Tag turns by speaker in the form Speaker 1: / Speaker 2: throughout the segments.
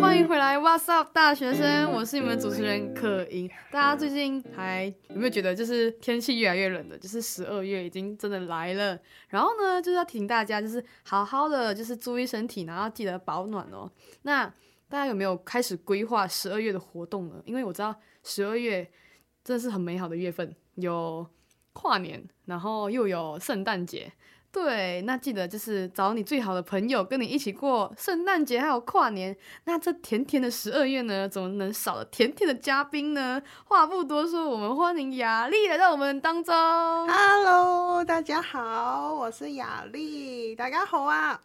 Speaker 1: 欢迎回来，What's up，大学生，我是你们主持人可盈。大家最近还有没有觉得，就是天气越来越冷了？就是十二月已经真的来了。然后呢，就是要提醒大家，就是好好的，就是注意身体，然后记得保暖哦。那大家有没有开始规划十二月的活动呢？因为我知道十二月真的是很美好的月份，有跨年，然后又有圣诞节。对，那记得就是找你最好的朋友跟你一起过圣诞节，还有跨年。那这甜甜的十二月呢，怎么能少了甜甜的嘉宾呢？话不多说，我们欢迎雅丽来到我们当中。
Speaker 2: Hello，大家好，我是雅丽，大家好啊。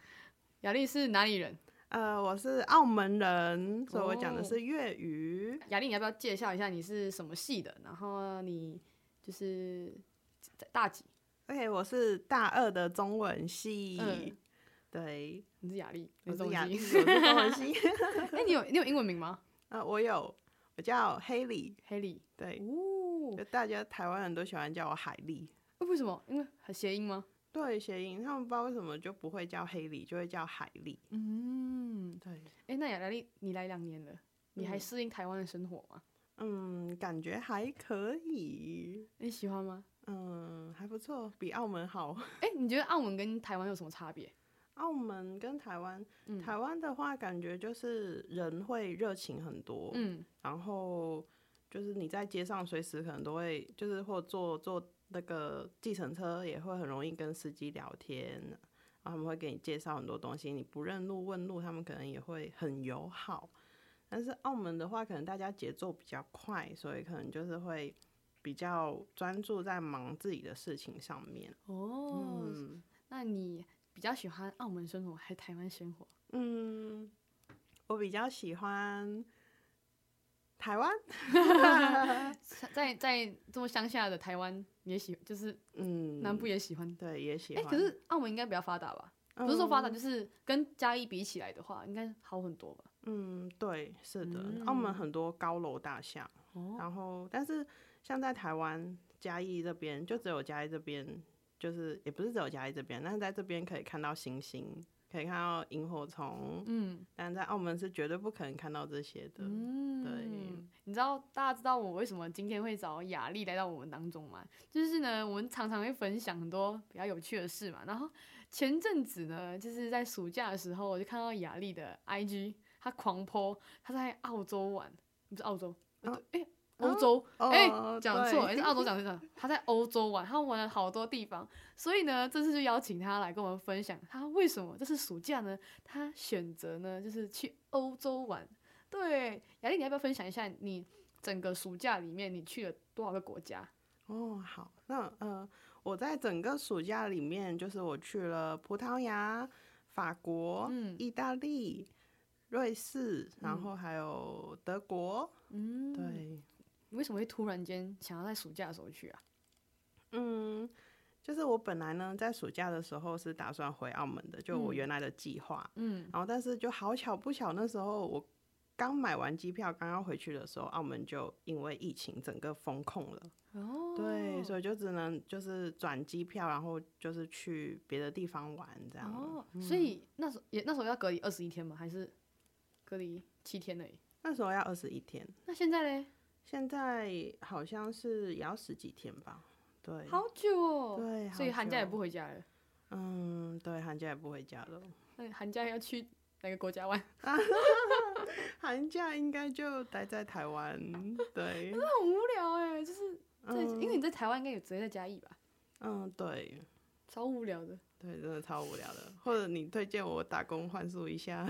Speaker 1: 雅丽是哪里人？
Speaker 2: 呃，我是澳门人，所以我讲的
Speaker 1: 哦
Speaker 2: 是粤语。
Speaker 1: 雅丽，你要不要介绍一下你是什么系的？然后你就是在大几？
Speaker 2: OK，我是大二的中文系。
Speaker 1: 嗯
Speaker 2: 对，
Speaker 1: 你是雅丽，你
Speaker 2: 我
Speaker 1: 是
Speaker 2: 是
Speaker 1: 中
Speaker 2: 雅
Speaker 1: 文
Speaker 2: 丽，我
Speaker 1: 系。
Speaker 2: 是中文系。
Speaker 1: 哎、你有你有英文名吗
Speaker 2: 呃，我有，我叫黑莉。
Speaker 1: ？Haley。
Speaker 2: 对，
Speaker 1: 哦
Speaker 2: 就，大家台湾人都喜欢叫我海莉。
Speaker 1: 为什么？因为很谐音吗？
Speaker 2: 对，谐音，他们不知道为什么就不会叫黑莉，就会叫海莉。
Speaker 1: 嗯，
Speaker 2: 对，
Speaker 1: 哎、那雅丽，你来两年了，你还
Speaker 2: 嗯
Speaker 1: 适应台湾的生活吗？
Speaker 2: 嗯，感觉还可以，
Speaker 1: 你喜欢吗？
Speaker 2: 嗯，还不错，比澳门好。
Speaker 1: 哎、你觉得澳门跟台湾有什么差别？
Speaker 2: 澳门跟台湾，
Speaker 1: 嗯
Speaker 2: 台湾的话，感觉就是人会热情很多，
Speaker 1: 嗯
Speaker 2: 然后就是你在街上随时可能都会，就是或坐坐那个计程车也会很容易跟司机聊天，然后他们会给你介绍很多东西，你不认路问路，他们可能也会很友好。但是澳门的话，可能大家节奏比较快，所以可能就是会比较专注在忙自己的事情上面。
Speaker 1: 哦，
Speaker 2: 嗯，
Speaker 1: 那你比较喜欢澳门生活还是台湾生活？
Speaker 2: 嗯，我比较喜欢台湾。
Speaker 1: 呃在在这么乡下的台湾，你也喜就是
Speaker 2: 嗯，
Speaker 1: 南部也喜欢。
Speaker 2: 对也喜
Speaker 1: 哎、
Speaker 2: 欢。
Speaker 1: 可是澳门应该比较发达吧？不是说发达，
Speaker 2: 嗯
Speaker 1: 就是跟嘉义比起来的话，应该好很多吧？
Speaker 2: 嗯，对，是的，澳门
Speaker 1: 嗯
Speaker 2: 很多高楼大厦，
Speaker 1: 哦，
Speaker 2: 然后但是像在台湾嘉义这边，就只有嘉义这边，就是也不是只有嘉义这边，但是在这边可以看到星星，可以看到萤火虫，
Speaker 1: 嗯
Speaker 2: 但在澳门是绝对不可能看到这些的。
Speaker 1: 嗯，
Speaker 2: 对。
Speaker 1: 你知道大家知道我为什么今天会找雅丽来到我们当中吗？就是呢，我们常常会分享很多比较有趣的事嘛。然后前阵子呢，就是在暑假的时候，我就看到雅丽的 IG，她狂 po 她在澳洲玩，不是澳洲，哎、
Speaker 2: 啊
Speaker 1: 诶欧洲，
Speaker 2: 哦
Speaker 1: 哎、讲错，
Speaker 2: 对
Speaker 1: 也是澳洲讲错，讲错她在欧洲玩，她玩了好多地方，所以呢，这次就邀请她来跟我们分享，她为什么这次暑假呢，她选择呢就是去欧洲玩。对，雅丽，你要不要分享一下你整个暑假里面你去了多少个国家？
Speaker 2: 哦，好，那呃，我在整个暑假里面，就是我去了葡萄牙、法国、
Speaker 1: 嗯
Speaker 2: 意大利、瑞士，
Speaker 1: 嗯
Speaker 2: 然后还有德国。
Speaker 1: 嗯，
Speaker 2: 对，
Speaker 1: 你为什么会突然间想要在暑假的时候去啊？
Speaker 2: 嗯，就是我本来呢，在暑假的时候是打算回澳门的，就我
Speaker 1: 嗯
Speaker 2: 原来的计划。
Speaker 1: 嗯，
Speaker 2: 然后，但是就好巧不巧，那时候我刚买完机票，刚要回去的时候，澳门就因为疫情整个封控了。
Speaker 1: 哦，
Speaker 2: 对，所以就只能就是转机票，然后就是去别的地方玩这样。嗯
Speaker 1: 哦，所以那时候也那时候要隔离二十一天吗？还是隔离七天而已？
Speaker 2: 那时候要二十一天，
Speaker 1: 那现在嘞，
Speaker 2: 现在好像是也要十几天吧？对，
Speaker 1: 好久哦，
Speaker 2: 对
Speaker 1: 所以
Speaker 2: 好
Speaker 1: 寒假也
Speaker 2: 久
Speaker 1: 不回家了。
Speaker 2: 嗯，对，寒假也不回家 了，
Speaker 1: 那你寒假要去哪个国家玩？
Speaker 2: 寒假应该就待在台湾。对，
Speaker 1: 那很无聊哎，就是在、
Speaker 2: 嗯
Speaker 1: 因为你在台湾应该有直接在嘉义吧，
Speaker 2: 嗯，对。
Speaker 1: 超无聊的。
Speaker 2: 对，真的超无聊的。或者你推荐我打工换宿一下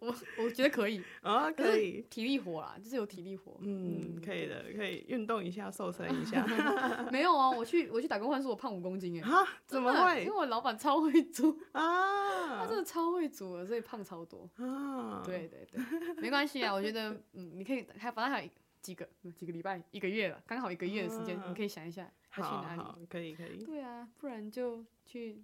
Speaker 1: 我我觉得可以，
Speaker 2: 啊、可以，
Speaker 1: 体力活啦，就是有体力 活。
Speaker 2: 嗯，可以的，可以运动一下，瘦身 一下。
Speaker 1: 没有啊，我去我去打工换宿，我胖五公斤哎，
Speaker 2: 啊？
Speaker 1: 真
Speaker 2: 怎么
Speaker 1: 的因
Speaker 2: 会
Speaker 1: 为我老板超会煮，他
Speaker 2: 啊？
Speaker 1: 真的超会煮的，所以胖超多。
Speaker 2: 啊，
Speaker 1: 对对对，没关系啊，我觉得 嗯，你可以还反正还有几个几个礼拜，一个月了，刚好一个月的时间，
Speaker 2: 啊
Speaker 1: 你可以想一下要去
Speaker 2: 好
Speaker 1: 哪
Speaker 2: 好
Speaker 1: 里。，
Speaker 2: 可以可以。
Speaker 1: 对啊，不然就去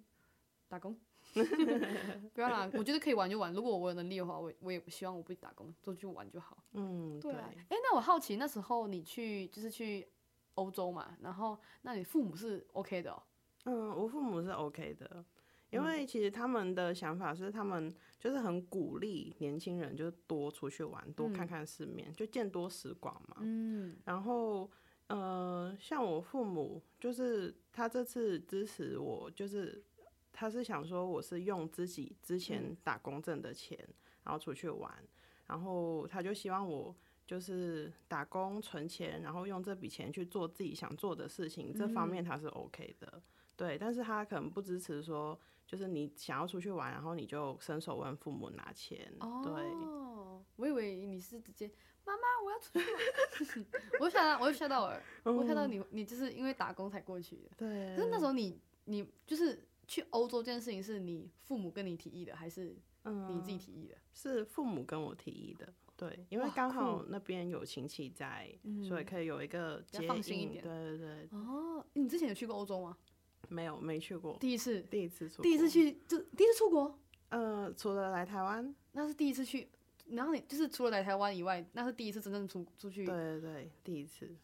Speaker 1: 打工。 不要啦，我觉得可以玩就玩。如果我有能力的话，我我也希望我不打工，就去玩就好。
Speaker 2: 嗯，
Speaker 1: 对啊，哎、那我好奇那时候你去就是去欧洲嘛，然后那你父母是 OK 的哦、
Speaker 2: 嗯，我父母是 OK 的，因为其实他们的想法是，他们就是很鼓励年轻人，就是多出去玩，多看看世面，就见多识广嘛。
Speaker 1: 嗯
Speaker 2: 然后，呃，像我父母，就是他这次支持我，就是他是想说我是用自己之前
Speaker 1: 嗯
Speaker 2: 打工挣的钱，然后出去玩，然后他就希望我。就是打工存钱，然后用这笔钱去做自己想做的事情，这方
Speaker 1: 嗯
Speaker 2: 面他是 OK 的。对，但是他可能不支持说，就是你想要出去玩，然后你就伸手问父母拿钱。对，
Speaker 1: 哦，我以为你是直接妈妈我要出去玩， 我吓到我又吓到我，我吓到你，你就是因为打工才过去的。
Speaker 2: 嗯对，
Speaker 1: 可是那时候你你就是去欧洲这件事情是你父母跟你提议的，还是
Speaker 2: 嗯
Speaker 1: 你自己提议的？
Speaker 2: 是父母跟我提议的。对，因为
Speaker 1: 哇
Speaker 2: 刚好
Speaker 1: 酷
Speaker 2: 那边有亲戚在，
Speaker 1: 嗯
Speaker 2: 所以可以有一个
Speaker 1: 比较
Speaker 2: 接
Speaker 1: 放心一
Speaker 2: 应。对
Speaker 1: 点
Speaker 2: 对对，
Speaker 1: 哦，你之前有去过欧洲吗？
Speaker 2: 没有没去过，
Speaker 1: 第一次，
Speaker 2: 第一次出，
Speaker 1: 第一次，去就第一次出国，
Speaker 2: 呃，除了来台湾，
Speaker 1: 那是第一次去。然后你就是除了来台湾以外，那是第一次真正出出去。
Speaker 2: 对对对，第一次，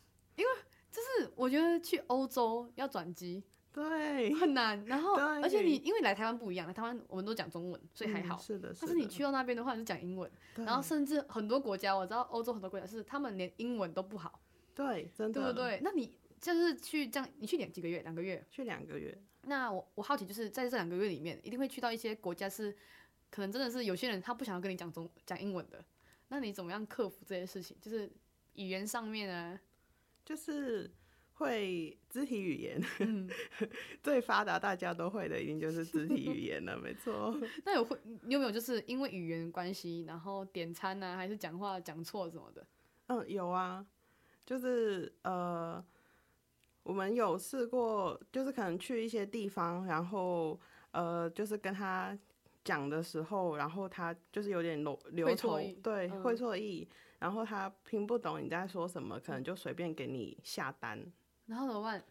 Speaker 1: 就是我觉得去欧洲要转机
Speaker 2: 对，
Speaker 1: 很难，然后
Speaker 2: 对
Speaker 1: 而且你因为来台湾不一样，来台湾我们都讲中文， 所以还
Speaker 2: 嗯
Speaker 1: 好。
Speaker 2: 是的，
Speaker 1: 但
Speaker 2: 的
Speaker 1: 是你，去到那边的话，你是讲英文，
Speaker 2: 对
Speaker 1: 然后甚至很多国家，我知道欧洲很多国家是他们连英文都不好，
Speaker 2: 对，真
Speaker 1: 对
Speaker 2: 的，
Speaker 1: 不，对？那你就是去这样，你去两几个月，两个月。
Speaker 2: 去两个月，
Speaker 1: 那我我好奇就是在这两个月里面，一定会去到一些国家是，可能真的是有些人他不想要跟你讲中讲英文的，那你怎么样克服这些事情？就是语言上面啊，
Speaker 2: 就是会肢体语言，
Speaker 1: 嗯，
Speaker 2: 最发达大家都会的，一定就是肢体语言了，没错。
Speaker 1: 那有会你有没有就是因为语言关系，然后点餐啊，还是讲话讲错什么的？
Speaker 2: 嗯，有啊，就是呃，我们有试过，就是可能去一些地方，然后呃，就是跟他讲的时候，然后他就是有点流流
Speaker 1: 会错
Speaker 2: 头
Speaker 1: 意，
Speaker 2: 对，会
Speaker 1: 嗯
Speaker 2: 错意，然后他听不懂你在说什么，可能就随便给你下单。
Speaker 1: 然后怎么办？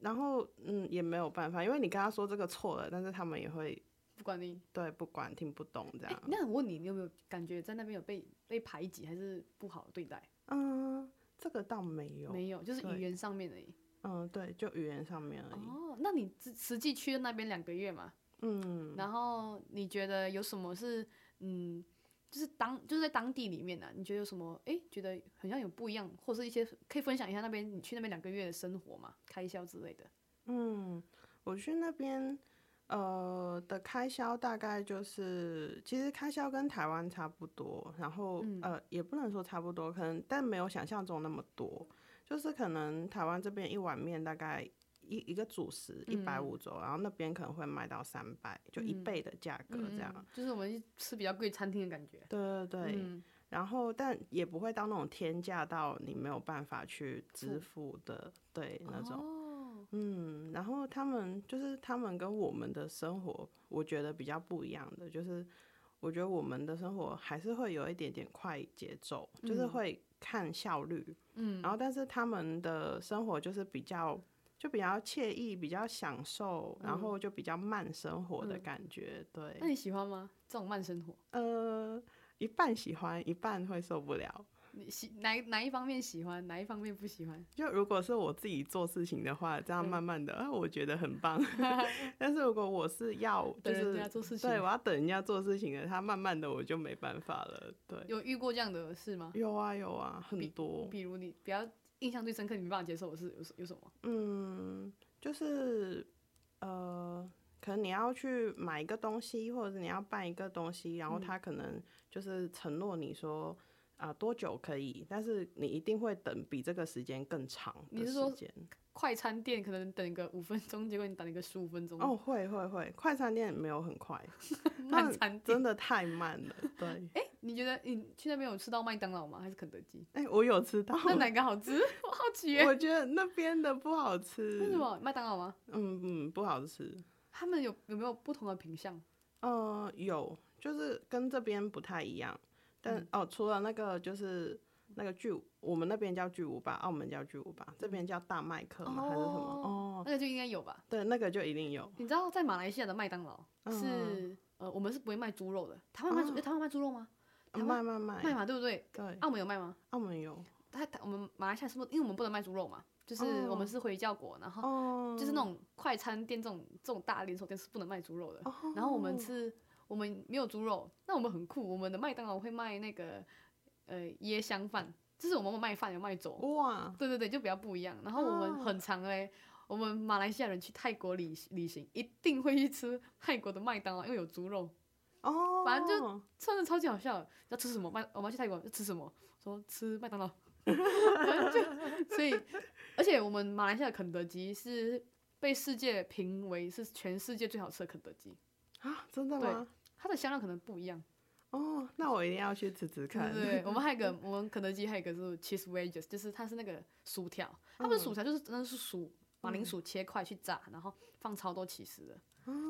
Speaker 2: 然后，嗯，也没有办法，因为你跟他说这个错了，但是他们也会
Speaker 1: 不管你。
Speaker 2: 对不管听不懂这
Speaker 1: 哎、
Speaker 2: 样。
Speaker 1: 那我问你，你有没有感觉在那边有被被排挤，还是不好对待？
Speaker 2: 嗯，这个倒没有，
Speaker 1: 没有，就是
Speaker 2: 对
Speaker 1: 语言上面而已。
Speaker 2: 嗯，对，就语言上面而已。
Speaker 1: 哦，那你自实际去那边两个月嘛，
Speaker 2: 嗯，
Speaker 1: 然后你觉得有什么是嗯，就是当就是在当地里面呢、啊，你觉得有什么哎、觉得很像有不一样，或是一些可以分享一下那边你去那边两个月的生活嘛，开销之类的。
Speaker 2: 嗯，我去那边，呃的开销大概就是，其实开销跟台湾差不多，然后、
Speaker 1: 嗯
Speaker 2: 呃也不能说差不多，可能但没有想象中那么多，就是可能台湾这边一碗面大概一一个主食一
Speaker 1: 嗯
Speaker 2: 百五左右，然后那边可能会卖到三百，就一倍的价格这样。
Speaker 1: 嗯，就是我们去吃比较贵餐厅的感觉。
Speaker 2: 对对对，
Speaker 1: 嗯
Speaker 2: 然后但也不会到那种天价到你没有办法去支付的，对那种。
Speaker 1: 哦，
Speaker 2: 嗯，然后他们就是他们跟我们的生活，我觉得比较不一样的，就是我觉得我们的生活还是会有一点点快节奏，就是
Speaker 1: 嗯
Speaker 2: 会看效率，
Speaker 1: 嗯，
Speaker 2: 然后但是他们的生活就是比较就比较惬意，比较享受，然
Speaker 1: 嗯
Speaker 2: 后就比较慢生活的
Speaker 1: 嗯
Speaker 2: 感觉，
Speaker 1: 那
Speaker 2: 对，
Speaker 1: 你喜欢吗？这种慢生活，
Speaker 2: 呃，一半喜欢，一半会受不了。
Speaker 1: 你喜哪哪一方面喜欢，哪一方面不喜欢？
Speaker 2: 就如果是我自己做事情的话，这样
Speaker 1: 嗯
Speaker 2: 慢慢的，啊我觉得很 棒。 但是如果我是要就
Speaker 1: 等人
Speaker 2: 是
Speaker 1: 家做事情
Speaker 2: 对，我要等人家做事情的，他慢慢的我就没办法了。对，
Speaker 1: 有遇过这样的事吗？
Speaker 2: 有啊有啊，很多。
Speaker 1: 比如你比较印象最深刻，你没办法接受的是有什有什么？
Speaker 2: 嗯，就是呃，可能你要去买一个东西，或者是你要办一个东西，然后他可能就是承诺你说。啊，多久可以？但是你一定会等比这个时间更长
Speaker 1: 你
Speaker 2: 的
Speaker 1: 是说
Speaker 2: 时间。
Speaker 1: 快餐店可能等个五分钟，结果你等了个十五分钟。
Speaker 2: 哦，，会会会，快餐店没有很快，
Speaker 1: 慢餐店
Speaker 2: 真。的太慢 了。对，
Speaker 1: 哎、你觉得你去那边有吃到麦当劳吗？还是肯德 基？
Speaker 2: 哎、我有吃到，
Speaker 1: 那哪个好吃？我好奇耶。
Speaker 2: 我觉得那边的不好吃。
Speaker 1: 为什？么麦当劳吗？
Speaker 2: 嗯嗯，不好吃。
Speaker 1: 他们有有没有不同的品相？
Speaker 2: 呃，有，就是跟这边不太一样，但、
Speaker 1: 嗯
Speaker 2: 哦，除了那个就是。那个巨，我们那边叫巨无霸，澳门叫巨无霸，这边叫大麦克吗？还是什么？
Speaker 1: 哦
Speaker 2: 哦，
Speaker 1: 那个就应该有吧。
Speaker 2: 对，那个就一定有。
Speaker 1: 你知道在马来西亚的麦当劳是、呃，我们是不会卖猪肉的。台湾卖猪、
Speaker 2: 嗯哦
Speaker 1: 诶台湾卖猪肉吗？台湾
Speaker 2: 卖卖卖，
Speaker 1: 卖嘛，对不对？
Speaker 2: 对，
Speaker 1: 澳门有卖吗？
Speaker 2: 澳门有。
Speaker 1: 他他我们马来西亚是不，因为我们不能卖猪肉嘛，就是
Speaker 2: 哦
Speaker 1: 我们是回教国，然后
Speaker 2: 哦，
Speaker 1: 就是那种快餐店这种这种大连锁店是不能卖猪肉的。
Speaker 2: 哦，
Speaker 1: 然后我们是，我们没有猪肉，那我们很酷，我们的麦当劳会卖那个呃椰香饭，就是我们卖饭有卖粥，
Speaker 2: 哇，
Speaker 1: 对对对，就比较不一样。然后我们
Speaker 2: 哦
Speaker 1: 很常嘞、我们马来西亚人去泰国旅旅行一定会去吃泰国的麦当劳，因为有猪肉，
Speaker 2: 哦，
Speaker 1: 反正就真的超级好笑。要吃什么麦？我们要去泰国要吃什么？说吃麦当劳， 反正就所以，而且我们马来西亚肯德基是被世界评为是全世界最好吃的肯德基。
Speaker 2: 啊，真的
Speaker 1: 对
Speaker 2: 吗？
Speaker 1: 它的香料可能不一样，
Speaker 2: 哦，那我一定要去吃
Speaker 1: 对
Speaker 2: 吃看。
Speaker 1: 对对。我们还有一个，我们肯德基还有一个是 cheese wedges，就是它是那个薯条，它不是薯条，就是真的是薯马铃薯切块去炸，然后放超多起司的，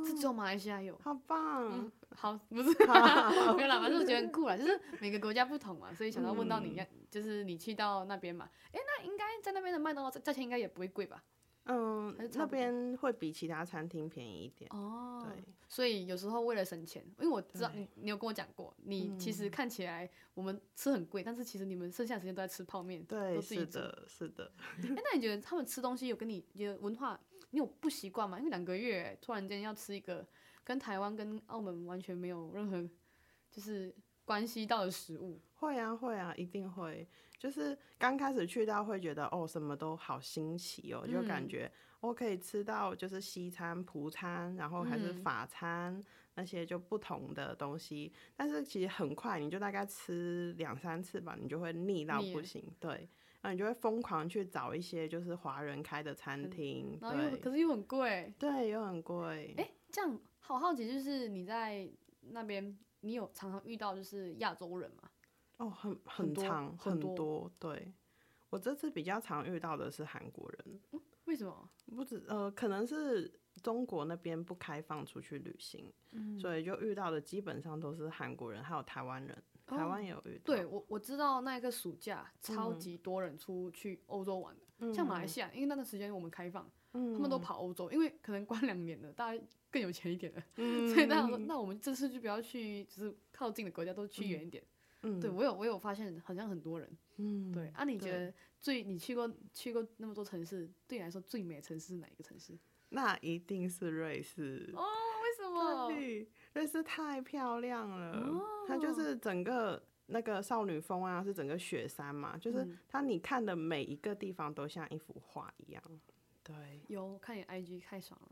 Speaker 1: 这只有马来西亚有。
Speaker 2: 好棒
Speaker 1: 嗯！好，不是，没有啦，反正我觉得很酷啦，就是每个国家不同嘛，所以想要问到你，就是你去到那边嘛，诶，那应该在那边的麦当劳价价钱应该也不会贵吧？
Speaker 2: 嗯
Speaker 1: 还是，差
Speaker 2: 那
Speaker 1: 不多
Speaker 2: 边会比其他餐厅便宜一点。
Speaker 1: 哦
Speaker 2: 对，
Speaker 1: 所以有时候为了省钱，因为我知道
Speaker 2: 对
Speaker 1: 你你有跟我讲过，你其实看起来我们吃很贵，但是其实你们剩下的时间都在吃泡面，
Speaker 2: 对，
Speaker 1: 都自己
Speaker 2: 是
Speaker 1: 煮。
Speaker 2: 的，是的。
Speaker 1: 哎、那你觉得他们吃东西有跟你你的文化，你有不习惯吗？因为两个月突然间要吃一个跟台湾跟澳门完全没有任何就是关系到的食物，
Speaker 2: 会啊，会啊，一定会。就是刚开始去到会觉得哦，什么都好新奇哦，就感
Speaker 1: 嗯
Speaker 2: 觉我可以吃到就是西餐、葡餐，然后还是
Speaker 1: 嗯
Speaker 2: 法餐、那些就不同的东西。但是其实很快你就大概吃两三次吧，你就会腻到
Speaker 1: 腻
Speaker 2: 不
Speaker 1: 了
Speaker 2: 行。对，那你就会疯狂去找一些就是华人开的餐
Speaker 1: 嗯
Speaker 2: 厅。
Speaker 1: 然后又
Speaker 2: 对，
Speaker 1: 可是又很贵。
Speaker 2: 对，又很贵。
Speaker 1: 哎、这样好好奇，就是你在那边，你有常常遇到就是亚洲人吗？
Speaker 2: 哦，很
Speaker 1: 很
Speaker 2: 很
Speaker 1: 多
Speaker 2: 长
Speaker 1: 很
Speaker 2: 很
Speaker 1: 多
Speaker 2: 多。对，我这次比较常遇到的是韩国人。
Speaker 1: 为什么？
Speaker 2: 不止呃，可能是中国那边不开放出去旅行，
Speaker 1: 嗯
Speaker 2: 所以就遇到的基本上都是韩国人，还有台湾人，台
Speaker 1: 哦
Speaker 2: 湾嗯也有遇到。
Speaker 1: 对，我我知道那一个暑假超级多人出去欧洲玩的，
Speaker 2: 嗯
Speaker 1: 像马来西亚，因为那段时间我们开放，他们都跑欧洲，因为可能关两年了，大家更有钱一点了， 所以大
Speaker 2: 嗯
Speaker 1: 家说，那我们这次就不要去，就是靠近的国家都去远一点。
Speaker 2: 嗯，
Speaker 1: 对我有我有发现，好像很多人。
Speaker 2: 嗯，
Speaker 1: 对啊，你觉
Speaker 2: 对
Speaker 1: 得最你去过去过那么多城市，对你来说最美的城市是哪一个城市？
Speaker 2: 那一定是瑞士。
Speaker 1: 哦，为什么？
Speaker 2: 对，瑞士太漂亮了，它
Speaker 1: 哦
Speaker 2: 就是整个那个少女峰啊，是整个雪山嘛，就是
Speaker 1: 嗯
Speaker 2: 它你看的每一个地方都像一幅画一样。对，
Speaker 1: 有看你 IG 太爽了。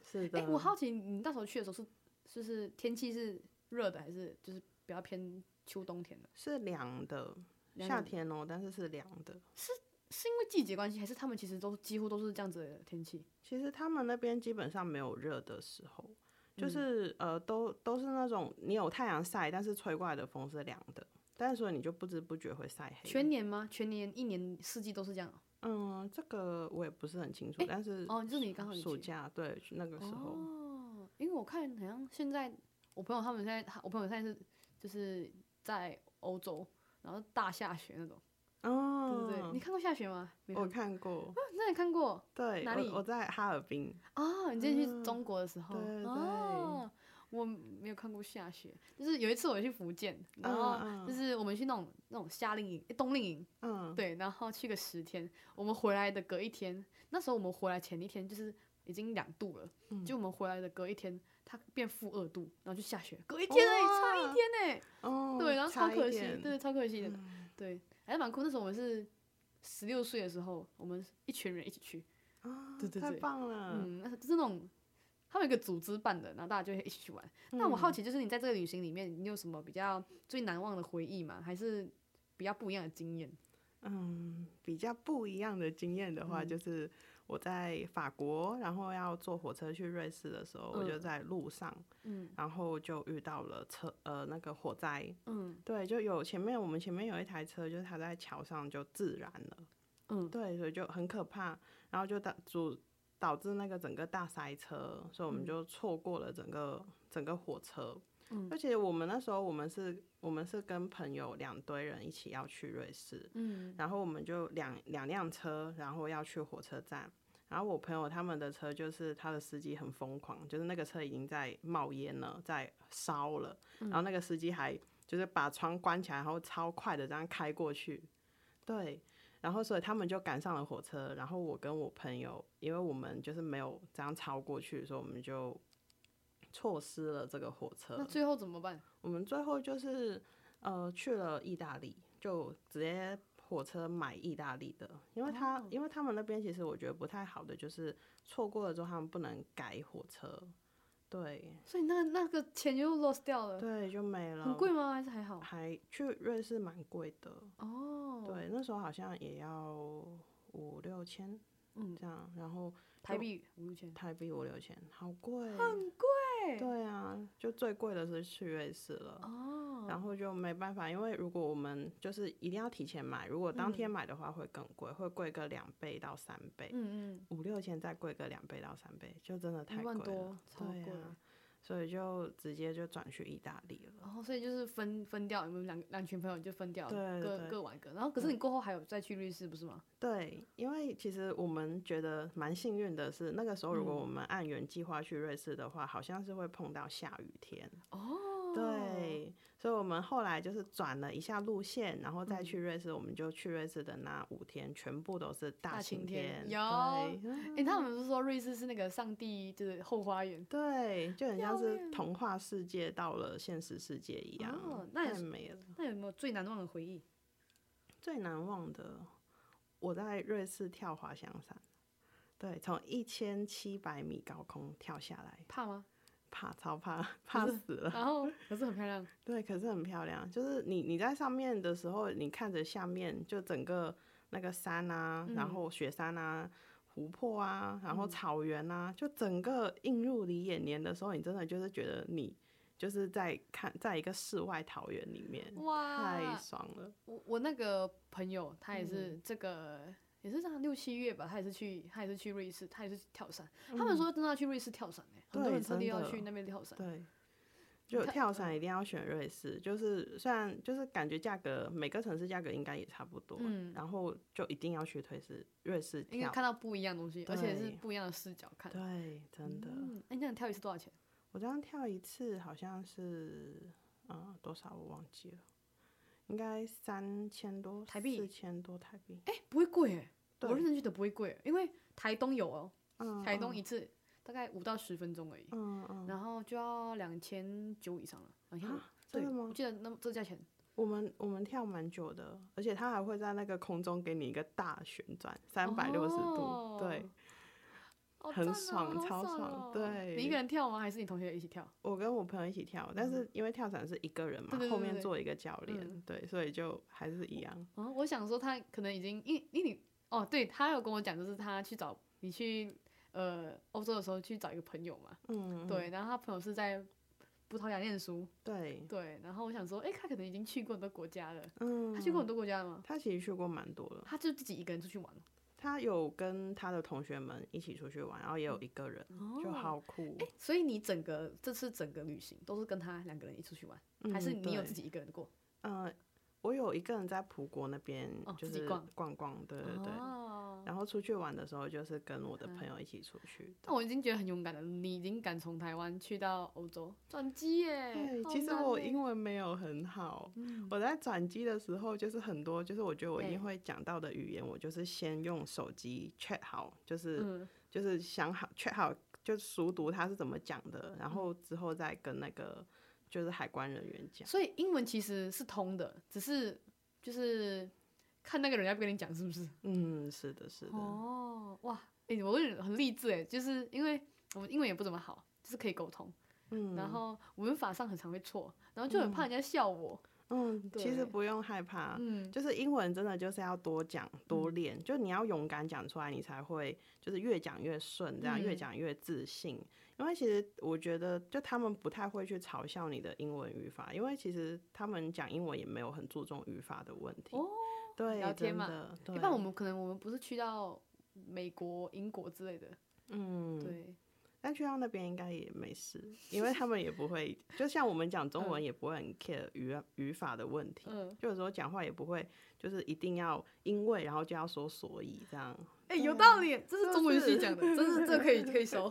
Speaker 2: 是的。
Speaker 1: 哎、我好奇你那时候去的时候是就是天气是热的，还是就是比较偏秋冬天的？
Speaker 2: 是凉的，
Speaker 1: 凉
Speaker 2: 夏
Speaker 1: 的
Speaker 2: 天哦，但是是凉的。
Speaker 1: 是因为季节关系，还是他们其实都几乎都是这样子的天气？
Speaker 2: 其实他们那边基本上没有热的时候，
Speaker 1: 嗯
Speaker 2: 就是、呃，都都是那种你有太阳晒，但是吹过来的风是凉的，但是所以你就不知不觉会晒黑。
Speaker 1: 全年吗？全年一年四季都是这样哦？
Speaker 2: 嗯，这个我也不是很清楚，但是
Speaker 1: 哦就是你刚好你
Speaker 2: 暑
Speaker 1: 去
Speaker 2: 假对那个时候，
Speaker 1: 哦，因为我看好像现在我朋友他们现在，他我朋友现在是就是在欧洲，然后大下雪那种，哦对
Speaker 2: 嗯，
Speaker 1: 对对，你看过下雪吗？没
Speaker 2: 我
Speaker 1: 看过，
Speaker 2: 看过，
Speaker 1: 那你看过
Speaker 2: 对，
Speaker 1: 哪里
Speaker 2: 我我在哈尔滨，
Speaker 1: 哦？你之前去
Speaker 2: 嗯
Speaker 1: 中国的时候，
Speaker 2: 对对
Speaker 1: 哦，我没有看过下雪，就是有一次我去福建，然
Speaker 2: 嗯
Speaker 1: 后
Speaker 2: 嗯
Speaker 1: 哦就是我们去那种那种夏令营、诶冬令营，
Speaker 2: 嗯，
Speaker 1: 对，然后去个十天，我们回来的隔一天，那时候我们回来前一天就是已经两度了，
Speaker 2: 嗯
Speaker 1: 就我们回来的隔一天，它变负二度，然后就下雪，隔一天哎、差一
Speaker 2: 哇
Speaker 1: 天哎、
Speaker 2: 哦，
Speaker 1: 对，然后超
Speaker 2: 差一
Speaker 1: 可惜，
Speaker 2: 点，嗯
Speaker 1: 对，超可惜的，对，还是蛮酷。那时候我们是十六岁的时候，我们一群人一起去，
Speaker 2: 啊
Speaker 1: 对对
Speaker 2: 太
Speaker 1: 对
Speaker 2: 棒了，
Speaker 1: 嗯，那就是那种。他们有一个组织办的，然后大家就会一起去玩。
Speaker 2: 嗯
Speaker 1: 那我好奇，就是你在这个旅行里面，你有什么比较最难忘的回忆吗？还是比较不一样的经验？
Speaker 2: 嗯，比较不一样的经验的话，
Speaker 1: 嗯
Speaker 2: 就是我在法国，然后要坐火车去瑞士的时候，我就
Speaker 1: 嗯
Speaker 2: 在路上，
Speaker 1: 嗯
Speaker 2: 然后就遇到了车呃那个火灾，
Speaker 1: 嗯
Speaker 2: 对，就有前面我们前面有一台车，就是它在桥上就自燃了，
Speaker 1: 嗯，
Speaker 2: 对，所以就很可怕，然后就导主导致那个整个大塞车，所以我们
Speaker 1: 嗯
Speaker 2: 就错过了整个整个火车。
Speaker 1: 嗯
Speaker 2: 而且我们那时候我们是我们是跟朋友两堆人一起要去瑞士，
Speaker 1: 嗯
Speaker 2: 然后我们就两两辆车，然后要去火车站。然后我朋友他们的车就是他的司机很疯狂，就是那个车已经在冒烟了，在烧了，然后那个司机还就是把窗关起来，然后超快的这样开过去。对，然后所以他们就赶上了火车，然后我跟我朋友，因为我们就是没有这样超过去，所以我们就错失了这个火车
Speaker 1: 那。最后怎么办？
Speaker 2: 我们最后就是呃去了意大利，就直接火车买意大利的，因为他、因为他们那边其实我觉得不太好的就是错过了之后他们不能改火车，对
Speaker 1: 所以那那个钱又 lost 掉了，
Speaker 2: 对啊就没
Speaker 1: 呃
Speaker 2: 了，
Speaker 1: 很贵吗？还是还好？
Speaker 2: 还去瑞士蛮贵的，
Speaker 1: 哦，，
Speaker 2: 对，那时候好像也要五六千，嗯，这样，然后
Speaker 1: 台币五六千，
Speaker 2: 台币五六千，好贵，很贵，对啊，就最贵的是去瑞士了，哦，
Speaker 1: 嗯
Speaker 2: 然后就没办法，因为如果我们就是一定要提前买，如果当天买的话会更贵，会贵个两倍到三倍，
Speaker 1: 嗯
Speaker 2: 五六千再贵个两倍到三倍，就真的
Speaker 1: 嗯，
Speaker 2: 太
Speaker 1: 一
Speaker 2: 贵
Speaker 1: 万
Speaker 2: 了
Speaker 1: 多，，超
Speaker 2: 对
Speaker 1: 贵。
Speaker 2: 啊，所以就直接就转去意大利了。
Speaker 1: 然后所以就是分分掉，你们两两群朋友就分掉，
Speaker 2: 对
Speaker 1: 各
Speaker 2: 对
Speaker 1: 各玩各。然后可是你过后还有再去瑞士不是吗？
Speaker 2: 对，因为其实我们觉得蛮幸运的是，那个时候如果
Speaker 1: 嗯
Speaker 2: 我们按原计划去瑞士的话，好像是会碰到下雨天。
Speaker 1: 哦，，
Speaker 2: 对，所以我们后来就是转了一下路线，然后再
Speaker 1: 嗯
Speaker 2: 去瑞士，我们就去瑞士的那五天全部都是
Speaker 1: 大
Speaker 2: 大
Speaker 1: 晴
Speaker 2: 晴
Speaker 1: 天
Speaker 2: 对，
Speaker 1: 有哎，他们不是说瑞士是那个上帝就是后花园？
Speaker 2: 对，就很
Speaker 1: 漂
Speaker 2: 像是
Speaker 1: 亮
Speaker 2: 童话世界到了现实世界一样，
Speaker 1: 哦那也
Speaker 2: 太
Speaker 1: 是
Speaker 2: 美了。
Speaker 1: 那有没有最难忘的回忆？
Speaker 2: 最难忘的，我在瑞士跳滑翔伞，对，从一千七百米高空跳下来。
Speaker 1: 怕 吗？
Speaker 2: 怕超怕，怕死了。
Speaker 1: 然后可是很漂亮，
Speaker 2: 对，可是很漂亮。就是你你在上面的时候，你看着下面就整个那个山啊，
Speaker 1: 嗯
Speaker 2: 然后雪山啊、湖泊啊，然后草原啊，就整个映入你眼帘的时候，你真的就是觉得你就是在看在一个世外桃源里面，太
Speaker 1: 哇！
Speaker 2: 爽了。
Speaker 1: 我我那个朋友他也
Speaker 2: 嗯
Speaker 1: 是这个。也是这样六七月吧，他也是去，他也是去瑞士，他也是跳伞。他们说真的要去瑞士跳伞哎、很多
Speaker 2: 嗯对
Speaker 1: 人特地
Speaker 2: 真
Speaker 1: 要
Speaker 2: 的
Speaker 1: 去那边跳伞。
Speaker 2: 对，就
Speaker 1: 看嗯
Speaker 2: 跳伞一定要选瑞士，就是虽然就是感觉价格每个城市价格应该也差不多，
Speaker 1: 嗯
Speaker 2: 然后就一定要去瑞士瑞士
Speaker 1: 应该
Speaker 2: 跳。
Speaker 1: 看到不一样的东西，而且是
Speaker 2: 对
Speaker 1: 不一样的视角看。
Speaker 2: 对，真的，
Speaker 1: 嗯，哎、那你跳一次多少钱？
Speaker 2: 我这样跳一次好像是啊、多少我忘记了，应该三千多
Speaker 1: 台币
Speaker 2: 四千多台币。
Speaker 1: 哎、不会贵哎、
Speaker 2: 对
Speaker 1: 我认真觉得不会贵、因为台东有哦、
Speaker 2: 嗯，
Speaker 1: 台东一次大概五到十分钟而已，
Speaker 2: 嗯嗯，啊
Speaker 1: 然后就要两千九以上了，两千五。
Speaker 2: 真
Speaker 1: 对，
Speaker 2: 的
Speaker 1: 我
Speaker 2: 吗？
Speaker 1: 记得那这价钱，
Speaker 2: 我们我们跳蛮久的，而且它还会在那个空中给你一个大旋转，三百六十度，对。
Speaker 1: 哦好
Speaker 2: 很
Speaker 1: 赞哦
Speaker 2: 爽
Speaker 1: 好
Speaker 2: 超爽
Speaker 1: 哦
Speaker 2: 对
Speaker 1: 你一个人跳吗？还是你同学一起跳？
Speaker 2: 我跟我朋友一起跳，但是因为跳伞是一个人嘛，
Speaker 1: 嗯对对对
Speaker 2: 后
Speaker 1: 对
Speaker 2: 面
Speaker 1: 对
Speaker 2: 坐一个教练，
Speaker 1: 嗯
Speaker 2: 对，所以就还是一样。
Speaker 1: 嗯，我想说他可能已经，因因为你哦，对他有跟我讲，就是他去找你去呃欧洲的时候去找一个朋友嘛，
Speaker 2: 嗯，
Speaker 1: 对，然后他朋友是在葡萄牙念书，
Speaker 2: 对，
Speaker 1: 对，然后我想说，诶，他可能已经去过很多国家了，
Speaker 2: 嗯，
Speaker 1: 他去过很多国家了吗？
Speaker 2: 他其实去过蛮多的，
Speaker 1: 他就自己一个人出去玩了，
Speaker 2: 他有跟他的同学们一起出去玩，然后也
Speaker 1: 嗯
Speaker 2: 有一个人，嗯
Speaker 1: 哦
Speaker 2: 就好酷。哦
Speaker 1: 诶所以你整个这次整个旅行都是跟他两个人一起出去玩，还是
Speaker 2: 嗯
Speaker 1: 你有
Speaker 2: 对
Speaker 1: 自己一个人过？
Speaker 2: 呃，我有一个人在葡国那边，
Speaker 1: 哦
Speaker 2: 就
Speaker 1: 自己
Speaker 2: 是
Speaker 1: 逛
Speaker 2: 逛逛，对对对。
Speaker 1: 哦，嗯
Speaker 2: 然后出去玩的时候，就是跟我的朋友一起出去。
Speaker 1: 那我已经觉得很勇敢了，你已经敢从台湾去到欧洲转机耶！
Speaker 2: 对，
Speaker 1: 好
Speaker 2: 其实
Speaker 1: 难
Speaker 2: 我
Speaker 1: 耶
Speaker 2: 英文没有很好，我在转机的时候，就是很多，就是我觉得我一
Speaker 1: 对
Speaker 2: 定会讲到的语言，我就是先用手机 check 好，就是、
Speaker 1: 嗯。
Speaker 2: 就是想好 check 好，就熟读它是怎么讲的，
Speaker 1: 嗯
Speaker 2: 然后之后再跟那个就是海关人员讲。
Speaker 1: 所以英文其实是通的，只是就是看那个人要不跟你讲是不是？
Speaker 2: 嗯，是的，是的，
Speaker 1: 哦，哇，哎、我有点很励志哎，就是因为我们英文也不怎么好，就是可以沟通，
Speaker 2: 嗯，
Speaker 1: 然后文法上很常会错，然后就很怕人家笑我，
Speaker 2: 嗯，其
Speaker 1: 对
Speaker 2: 实不用害怕，
Speaker 1: 嗯，
Speaker 2: 就是英文真的就是要多讲多练，就你要勇敢讲出来，你才会就是越讲越顺，这样、越
Speaker 1: 嗯
Speaker 2: 讲越自信。因为其实我觉得，就他们不太会去嘲笑你的英文语法，因为其实他们讲英文也没有很注重语法的问题。
Speaker 1: 哦
Speaker 2: 对，
Speaker 1: 聊天
Speaker 2: 真
Speaker 1: 嘛
Speaker 2: 的对，
Speaker 1: 一般我们可能我们不是去到美国、英国之类的，
Speaker 2: 嗯，
Speaker 1: 对，
Speaker 2: 但去到那边应该也没事，因为他们也不 会，就像我们讲中文也不会很 care 语语法的问题，
Speaker 1: 嗯，
Speaker 2: 就有时候讲话也不会，就是一定要因为然后就要说所以这样，
Speaker 1: 哎、有道理，这是中文系
Speaker 2: 是
Speaker 1: 讲的，真是这可以可以收。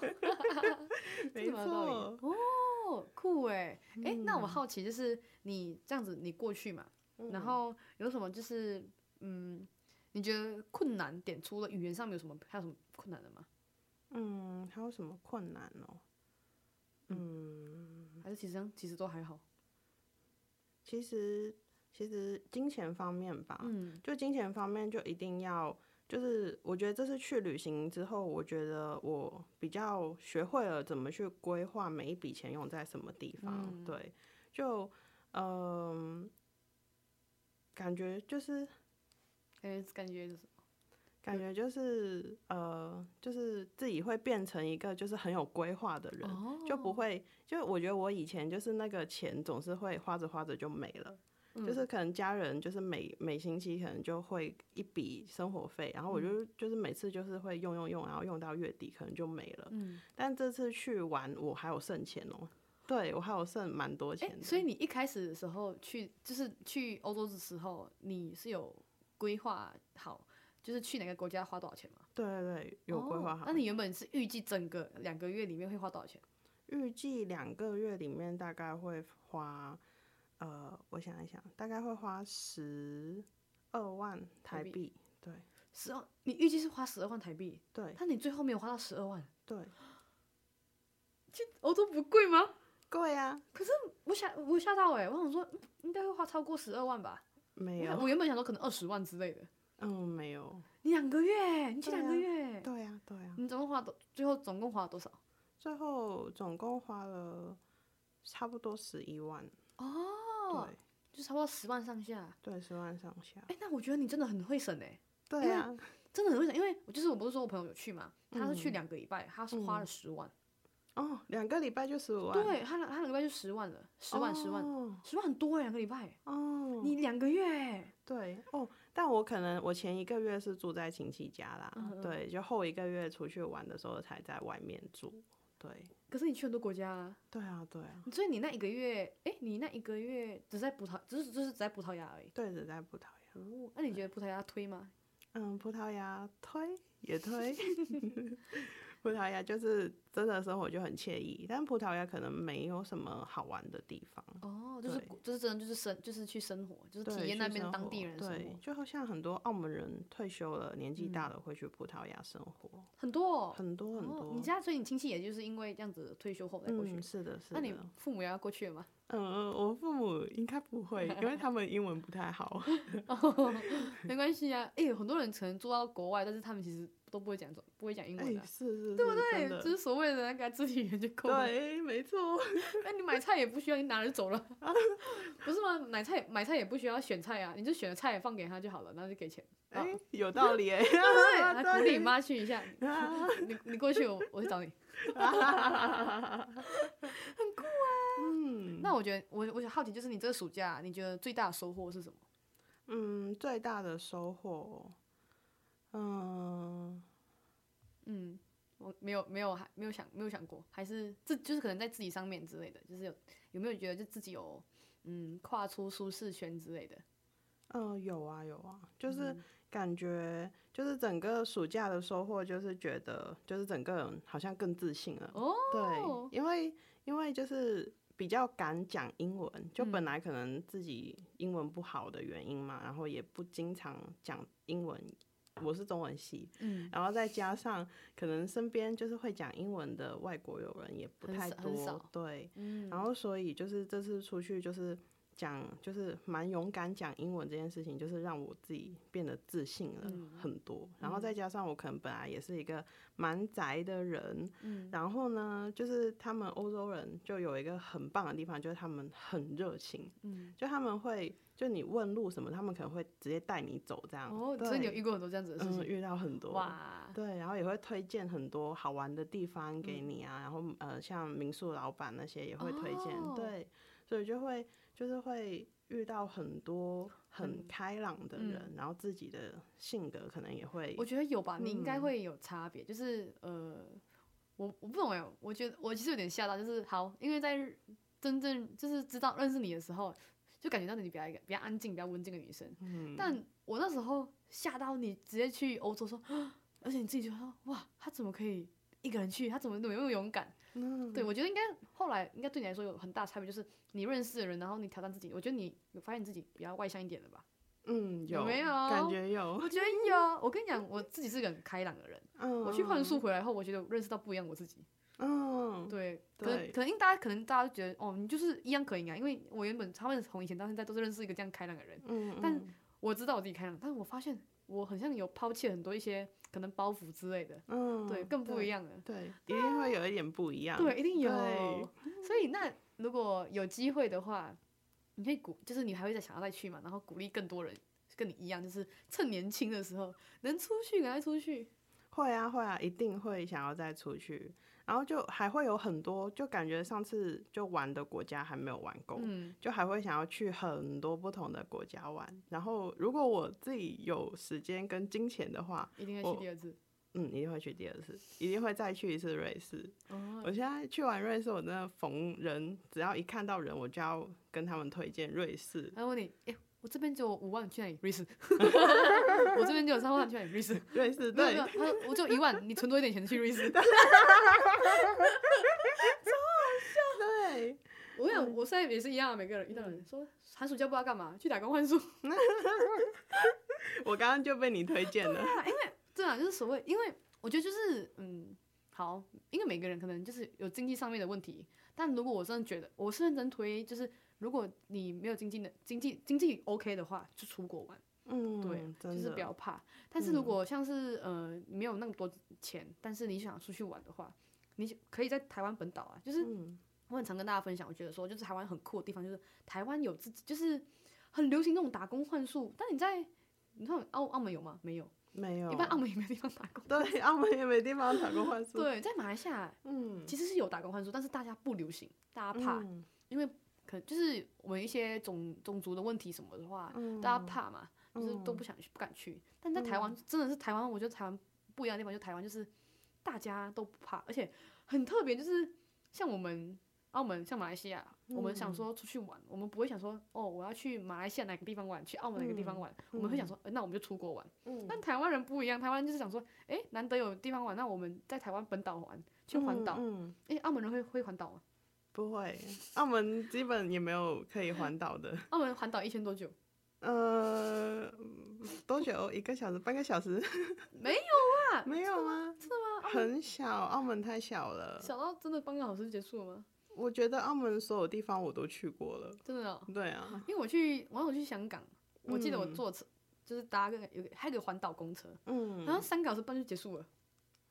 Speaker 2: 没
Speaker 1: 这蛮有道理
Speaker 2: 错，
Speaker 1: 哦，酷哎，哎、
Speaker 2: 嗯
Speaker 1: 嗯那我好奇就是你这样子你过去嘛，然后有什么就是嗯，你觉得困难点除了语言上面有什么还有什么困难的吗？
Speaker 2: 嗯，还有什么困难哦？嗯，
Speaker 1: 还是其实其实都还好？
Speaker 2: 其实其实金钱方面吧，
Speaker 1: 嗯
Speaker 2: 就金钱方面就一定要，就是我觉得这次去旅行之后，我觉得我比较学会了怎么去规划每一笔钱用在什么地方。
Speaker 1: 嗯
Speaker 2: 对，就嗯、感觉就是
Speaker 1: 感觉感觉就是嗯
Speaker 2: 感觉就是呃，就是自己会变成一个就是很有规划的人。
Speaker 1: 哦
Speaker 2: 就不会，就我觉得我以前就是那个钱总是会花着花着就没了，
Speaker 1: 嗯
Speaker 2: 就是可能家人就是每每星期可能就会一笔生活费，然后我
Speaker 1: 嗯
Speaker 2: 就、就是每次就是会用用用，然后用到月底可能就没了。
Speaker 1: 嗯，
Speaker 2: 但这次去玩我还有剩钱哦、对我还有剩蛮多
Speaker 1: 哎、
Speaker 2: 钱的。
Speaker 1: 所以你一开始的时候去，就是去欧洲的时候，你是有规划好，就是去哪个国家花多少钱吗？
Speaker 2: 对对对，有规划
Speaker 1: 哦
Speaker 2: 好。
Speaker 1: 那你原本是预计整个两个月里面会花多少钱？
Speaker 2: 预计两个月里面大概会花，呃，我想一想，大概会花十二万
Speaker 1: 台
Speaker 2: 台
Speaker 1: 币
Speaker 2: 币。对
Speaker 1: 十二，你预计是花十二万台币，
Speaker 2: 对
Speaker 1: 但你最后没有花到十二万，
Speaker 2: 对，
Speaker 1: 欧洲不贵吗？
Speaker 2: 贵呀、
Speaker 1: 我吓我吓到哎、我想说嗯应该会花超过十二万吧，
Speaker 2: 没
Speaker 1: 我想
Speaker 2: 有，
Speaker 1: 我原本想说可能二十万之类的。
Speaker 2: 嗯，没有。
Speaker 1: 你两个月，欸你去
Speaker 2: 对
Speaker 1: 两
Speaker 2: 啊
Speaker 1: 个月，
Speaker 2: 对呀、对呀、
Speaker 1: 你总共花多，最后总共花了多少？
Speaker 2: 最后总共花了差不多十一万，
Speaker 1: 哦，
Speaker 2: 对
Speaker 1: 就差不多十万上下。
Speaker 2: 对，十万上下。
Speaker 1: 哎、那我觉得你真的很会省哎、
Speaker 2: 对啊
Speaker 1: 因为
Speaker 2: 呀、
Speaker 1: 真的很会省，因为我就是我不是说我朋友有去嘛，他是去
Speaker 2: 嗯
Speaker 1: 两个礼拜，他是花了十万，
Speaker 2: 哦，两个礼拜就十五万，
Speaker 1: 对他两他两个礼拜就十万了，十万十万
Speaker 2: 哦，
Speaker 1: 十万很多哎、两个礼拜，
Speaker 2: 哦
Speaker 1: 你两个月欸，
Speaker 2: 对哦，但我可能我前一个月是住在亲戚家啦，
Speaker 1: 嗯嗯
Speaker 2: 对，就后一个月出去玩的时候才在外面住，对，
Speaker 1: 可是你去很多国家、啊，
Speaker 2: 对啊，对啊，
Speaker 1: 所以你那一个月，哎、你那一个月只在葡萄，只是就是只在葡萄牙而已。
Speaker 2: 对，只在葡萄牙，
Speaker 1: 哦，那你觉得葡萄牙推吗？
Speaker 2: 嗯，葡萄牙推也推， 葡萄牙就是真的生活就很惬意，但葡萄牙可能没有什么好玩的地方。
Speaker 1: 哦，就是
Speaker 2: 对
Speaker 1: 就是真的就是生就是去生活，就是
Speaker 2: 对
Speaker 1: 体验
Speaker 2: 去
Speaker 1: 那边
Speaker 2: 生
Speaker 1: 的当地
Speaker 2: 活
Speaker 1: 人的生
Speaker 2: 对
Speaker 1: 活，，
Speaker 2: 就好像很多澳门人退休了，年纪大了会去葡萄牙生活，
Speaker 1: 很多、哦、
Speaker 2: 很多很多。
Speaker 1: 哦。你家所以你亲戚也就是因为这样子退休后再过去，
Speaker 2: 嗯，是的，是
Speaker 1: 那
Speaker 2: 的。
Speaker 1: 你父母也要过去了吗？
Speaker 2: 嗯，我父母应该不会，因为他们英文不太好。
Speaker 1: 没关系啊，哎、很多人可能住到国外，但是他们其实都不会讲中，不会讲英
Speaker 2: 哎，
Speaker 1: 文的、啊
Speaker 2: 是是是，对不
Speaker 1: 对，
Speaker 2: 真
Speaker 1: 就
Speaker 2: 的，
Speaker 1: 是所谓的那个肢体语言就够了。
Speaker 2: 对，没错。
Speaker 1: 那你买菜也不需要，你拿了就走了， 不是吗？买菜买菜也不需要选菜啊，你就选了菜放给他就好了，然后就 给钱，啊
Speaker 2: 哎，有道理 哎。
Speaker 1: 对不对？
Speaker 2: 对
Speaker 1: 鼓励你妈去一下，
Speaker 2: 啊
Speaker 1: 你你过去我我去找你。
Speaker 2: 嗯
Speaker 1: 那我觉得我我好奇就是你这个暑假你觉得最大的收获是什么？
Speaker 2: 嗯，最大的收获，嗯，
Speaker 1: 嗯，我没有没有还没有想没有想过，还是自就是可能在自己上面之类的，就是有有没有觉得就自己有嗯跨出舒适圈之类的？
Speaker 2: 呃，有啊有啊，就是感觉就是整个暑假的收获，就是觉得就是整个人好像更自信了。
Speaker 1: 哦，
Speaker 2: 对，因为因为就是比较敢讲英文，就
Speaker 1: 嗯
Speaker 2: 本来可能自己英文不好的原因嘛，然后也不经常讲英文。我是中文系，
Speaker 1: 嗯，
Speaker 2: 然后再加上可能身边就是会讲英文的外国友人也不
Speaker 1: 很
Speaker 2: 太
Speaker 1: 少很
Speaker 2: 多
Speaker 1: 少，
Speaker 2: 对，
Speaker 1: 嗯，
Speaker 2: 然后所以就是这次出去就是讲，就是蛮勇敢讲英文这件事情，就是让我自己变得自信了
Speaker 1: 嗯
Speaker 2: 很多。然后再加上我可能本来也是一个蛮宅的人，
Speaker 1: 嗯
Speaker 2: 然后呢，就是他们欧洲人就有一个很棒的地方，就是他们很热情，
Speaker 1: 嗯，
Speaker 2: 就他们会就你问路什么，他们可能会直接带你走这样。
Speaker 1: 哦，
Speaker 2: 对
Speaker 1: 所以你有遇过很多这样子的事
Speaker 2: 嗯，
Speaker 1: 情，
Speaker 2: 遇到很多
Speaker 1: 哇，
Speaker 2: 对，然后也会推荐很多好玩的地方给
Speaker 1: 嗯
Speaker 2: 你啊，然后呃，像民宿老板那些也会推荐，
Speaker 1: 哦
Speaker 2: 对，所以就会就是会遇到很多很
Speaker 1: 很
Speaker 2: 开朗的人，然后自己的性格可能也会
Speaker 1: 嗯我觉得有吧，你应该
Speaker 2: 嗯
Speaker 1: 会有差别，就是呃，我我不懂哎，我觉得我其实有点吓到，就是好，因为在日真正就是知道认识你的时候，就感觉到你比较一个比较安静、比较文静的女生，
Speaker 2: 嗯，
Speaker 1: 但我那时候吓到你直接去欧洲说，啊而且你自己就说哇，他怎么可以一个人去？他怎么那么勇敢？
Speaker 2: 嗯
Speaker 1: 对我觉得应该后来应该对你来说有很大差别，就是你认识的人，然后你挑战自己，我觉得你有发现自己比较外向一点了吧？
Speaker 2: 嗯，
Speaker 1: 有
Speaker 2: 有
Speaker 1: 没有
Speaker 2: 感觉 有，
Speaker 1: 我觉得有，啊我跟你讲，我自己是个很开朗的人。
Speaker 2: 嗯，
Speaker 1: 我去换宿回来后，我觉得我认识到不一样我自己。
Speaker 2: 嗯，
Speaker 1: 对，可能
Speaker 2: 对
Speaker 1: 可能因为大家可能大家都觉得哦，你就是一样可以啊，因为我原本他们从以前到现在都是认识一个这样开朗的人，
Speaker 2: 嗯，
Speaker 1: 但
Speaker 2: 嗯
Speaker 1: 我知道我自己开朗，但是我发现我很像有抛弃很多一些可能包袱之类的，
Speaker 2: 嗯，
Speaker 1: 对，更不一样了。
Speaker 2: 对，对，一定会有一点不一样，
Speaker 1: 对，，一定有
Speaker 2: 对。
Speaker 1: 所以那如果有机会的话，你可以鼓，就是你还会再想要再去嘛，然后鼓励更多人跟你一样，就是趁年轻的时候能出去赶快出去。
Speaker 2: 会啊会啊，一定会想要再出去，然后就还会有很多，就感觉上次就玩的国家还没有玩够，
Speaker 1: 嗯，
Speaker 2: 就还会想要去很多不同的国家玩。然后如果我自己有时间跟金钱的话，
Speaker 1: 一定会
Speaker 2: 我
Speaker 1: 去第二次。
Speaker 2: 嗯，一定会去第二次，一定会再去一次瑞士。
Speaker 1: 哦，
Speaker 2: 我现在去完瑞士，我真的逢人只要一看到人，我就要跟他们推荐瑞士。
Speaker 1: 然后问你，哎、我这边只有五万，你去哪里？瑞 士。我这边只有三万，你去哪里？瑞士。
Speaker 2: 瑞士
Speaker 1: 没有没
Speaker 2: 对
Speaker 1: 有，，他说我只有一万，你存多一点钱去瑞士。
Speaker 2: 对，
Speaker 1: 我想，我现在也是一样啊，每个人遇到人说寒暑假不知道干嘛，去打工换宿。
Speaker 2: 我刚刚就被你推荐了。
Speaker 1: 对啊，就是所谓，因为我觉得就是嗯，好，因为每个人可能就是有经济上面的问题，但如果我真的觉得我是认真推，就是如果你没有经济的经济经济 OK 的话，就出国玩，
Speaker 2: 嗯，
Speaker 1: 对，啊
Speaker 2: 真
Speaker 1: 就是
Speaker 2: 的嗯
Speaker 1: 不要怕。但是如果像是、呃没有那么多钱，但是你想出去玩的话，你可以在台湾本岛啊，就是
Speaker 2: 嗯
Speaker 1: 我很常跟大家分享，我觉得说，就是台湾很酷的地方，就是台湾有自己，就是很流行那种打工换宿。但你在，你看澳澳门有吗？没有，
Speaker 2: 没有，啊
Speaker 1: 一般澳门也没有地方打工。
Speaker 2: 对，澳门也没地方打工换宿。，
Speaker 1: 对，在马来西亚
Speaker 2: 嗯，
Speaker 1: 其实是有打工换宿，但是大家不流行，大家怕，
Speaker 2: 嗯
Speaker 1: 因为可就是我们一些种种族的问题什么的话，
Speaker 2: 嗯
Speaker 1: 大家怕嘛，就是都不想去，不敢去。但在台湾，真的是台湾，我觉得台湾不一样的地方，就台湾就是大家都不怕，而且很特别，就是像我们澳门、像马来西亚，我们
Speaker 2: 嗯
Speaker 1: 想说出去玩，我们不会想说哦，我要去马来西亚哪个地方玩，去澳门哪个地方玩，我们会想说、呃那我们就出国玩。
Speaker 2: 嗯
Speaker 1: 但台湾人不一样，台湾就是想说，诶，难得有地方玩，那我们在台湾本岛玩，去环岛。
Speaker 2: 嗯，嗯
Speaker 1: 诶，澳门人会会环岛吗？
Speaker 2: 不会，澳门基本也没有可以环岛的。
Speaker 1: 澳门环岛一天多久？
Speaker 2: 呃，多久？一个小时？半个小时？
Speaker 1: 没
Speaker 2: 有
Speaker 1: 啊
Speaker 2: 没有吗？真的吗？很小，澳门太小了。
Speaker 1: 小到真的半个小时就结束了吗？
Speaker 2: 我觉得澳门所有地方我都去过了。
Speaker 1: 真的、哦，
Speaker 2: 对啊，
Speaker 1: 因为我去，我有去香港，我记得我
Speaker 2: 嗯
Speaker 1: 坐车、就是搭个有个还有个环岛公车，然
Speaker 2: 嗯，
Speaker 1: 后三个小时半就结束了。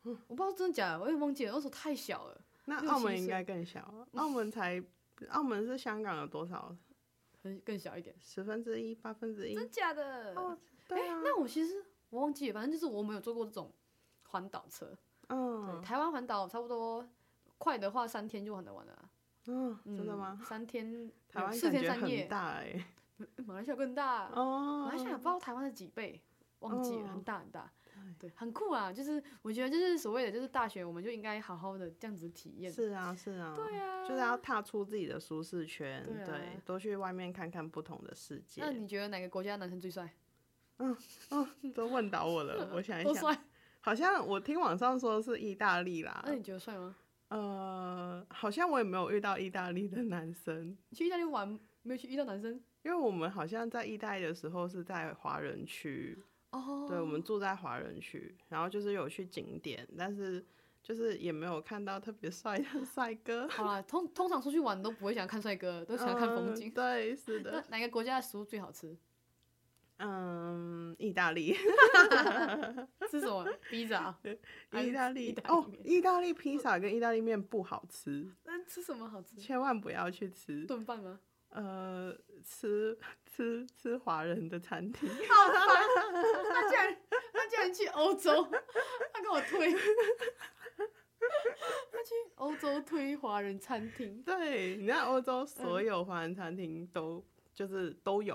Speaker 1: 我不知道真的假的，我也忘记了，那时候太小了，
Speaker 2: 那
Speaker 1: 六
Speaker 2: 澳
Speaker 1: 七
Speaker 2: 门应
Speaker 1: 岁
Speaker 2: 该更小。澳门才，澳门是香港有多少？
Speaker 1: 很更小一点，
Speaker 2: 十分之一、八分之一？
Speaker 1: 真假的？
Speaker 2: 哦，对啊，
Speaker 1: 那我其实我忘记了，反正就是我没有坐过这种环岛车。对，
Speaker 2: 嗯
Speaker 1: 台湾环岛差不多快的话三天就环得完了啊、
Speaker 2: 嗯，真的
Speaker 1: 嗯
Speaker 2: 吗？？
Speaker 1: 三天，
Speaker 2: 台湾
Speaker 1: 四
Speaker 2: 感
Speaker 1: 天
Speaker 2: 觉
Speaker 1: 三
Speaker 2: 很
Speaker 1: 夜，
Speaker 2: 大哎、
Speaker 1: 马来西亚更大。
Speaker 2: 哦
Speaker 1: 马来西亚不知道台湾的几倍，忘记了，
Speaker 2: 哦
Speaker 1: 很大很大。对，很酷啊！就是我觉得，就是所谓的，就是大学，我们就应该好好的这样子体验。
Speaker 2: 是啊是啊，
Speaker 1: 对啊，
Speaker 2: 就是要踏出自己的舒适圈，
Speaker 1: 对啊
Speaker 2: 对，多去外面看看不同的世界
Speaker 1: 那。你觉得哪个国家男生最帅？
Speaker 2: 都问倒 我了，我想一
Speaker 1: 都
Speaker 2: 想，
Speaker 1: 帅？
Speaker 2: 好像我听网上说是意大利啦
Speaker 1: 那，你觉得帅吗？
Speaker 2: 呃，好像我也没有遇到意大利的男生，
Speaker 1: 你去意大利玩没有去遇到男生？
Speaker 2: 因为我们好像在意大利的时候是在华人区，
Speaker 1: 哦，
Speaker 2: 对，我们住在华人区，然后就是有去景点，但是就是也没有看到特别帅的 帅哥。
Speaker 1: 好啦，通通常出去玩都不会想看帅哥，都想看风景
Speaker 2: 嗯。对，是
Speaker 1: 那
Speaker 2: 的，
Speaker 1: 哪个国家的食物最好吃？
Speaker 2: 嗯，意 大利，
Speaker 1: 是 什么？pizza？还是吃啊意
Speaker 2: 意大利
Speaker 1: 大，利
Speaker 2: 哦，
Speaker 1: 面
Speaker 2: 意大利披萨跟意大利面不好吃，
Speaker 1: 那吃什么好吃？
Speaker 2: 千万不要去吃。
Speaker 1: 炖饭吗？
Speaker 2: 呃，吃吃吃华人的餐厅，
Speaker 1: 他竟然他竟然去欧洲，他跟我推，他去欧洲推华人餐厅。
Speaker 2: 对，你看欧洲
Speaker 1: 嗯
Speaker 2: 所有华人餐厅都就是都有，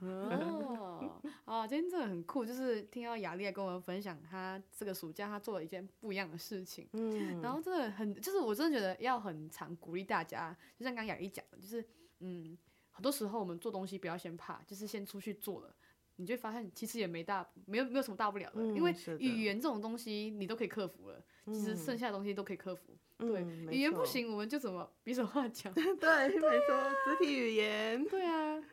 Speaker 1: 哦，啊，今天真的很酷，就是听到雅丽来跟我们分享她这个暑假她做了一件不一样的事情。
Speaker 2: 嗯
Speaker 1: 然后真的很，就是我真的觉得要很常鼓励大家，就像刚刚雅丽讲的，就是嗯，很多时候我们做东西不要先怕，就是先出去做了，你就会发现其实也没大，没有没有什么大不了的，因
Speaker 2: 嗯
Speaker 1: 为
Speaker 2: 是的
Speaker 1: 语言这种东西你都可以克服了，其实剩下的东西都可以克服。对，
Speaker 2: 嗯没
Speaker 1: 语言不
Speaker 2: 错
Speaker 1: 行，我们就怎么比手画脚。
Speaker 2: 对，没错，肢体语言，
Speaker 1: 对啊，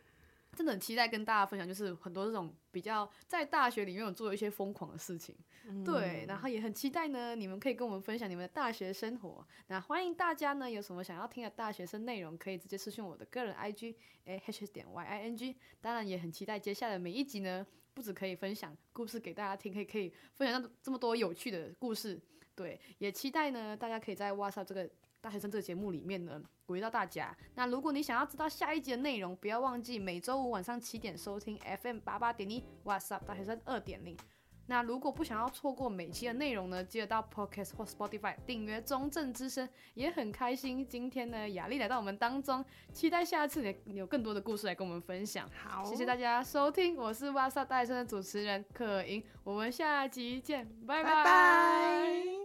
Speaker 1: 真的很期待跟大家分享，就是很多这种比较在大学里面有做一些疯狂的事情，对，
Speaker 2: 嗯
Speaker 1: 然后也很期待呢，你们可以跟我们分享你们的大学生活。那欢迎大家呢，有什么想要听的大学生内容，可以直接私讯我的个人 IG，哎 h 点 y i n g。当然也很期待接下来每一集呢，不止可以分享故事给大家听，可以可以分享到这么多有趣的故事，对，也期待呢，大家可以在哇塞这个大学生这个节目里面呢，鼓励到大家。那如果你想要知道下一集的内容，不要忘记每周五晚上七点收听 FM 八八点一 What's Up 大学生二点零。那如果不想要错过每期的内容呢，记得到 Podcast 或 Spotify 订阅《中正之声》。也很开心，今天呢，雅丽来到我们当中，期待下次你有更多的故事来跟我们分享。
Speaker 2: 嗯好，
Speaker 1: 谢谢大家收听，我是哇塞大学生的主持人可盈，我们下集见，
Speaker 2: 拜
Speaker 1: 拜
Speaker 2: 拜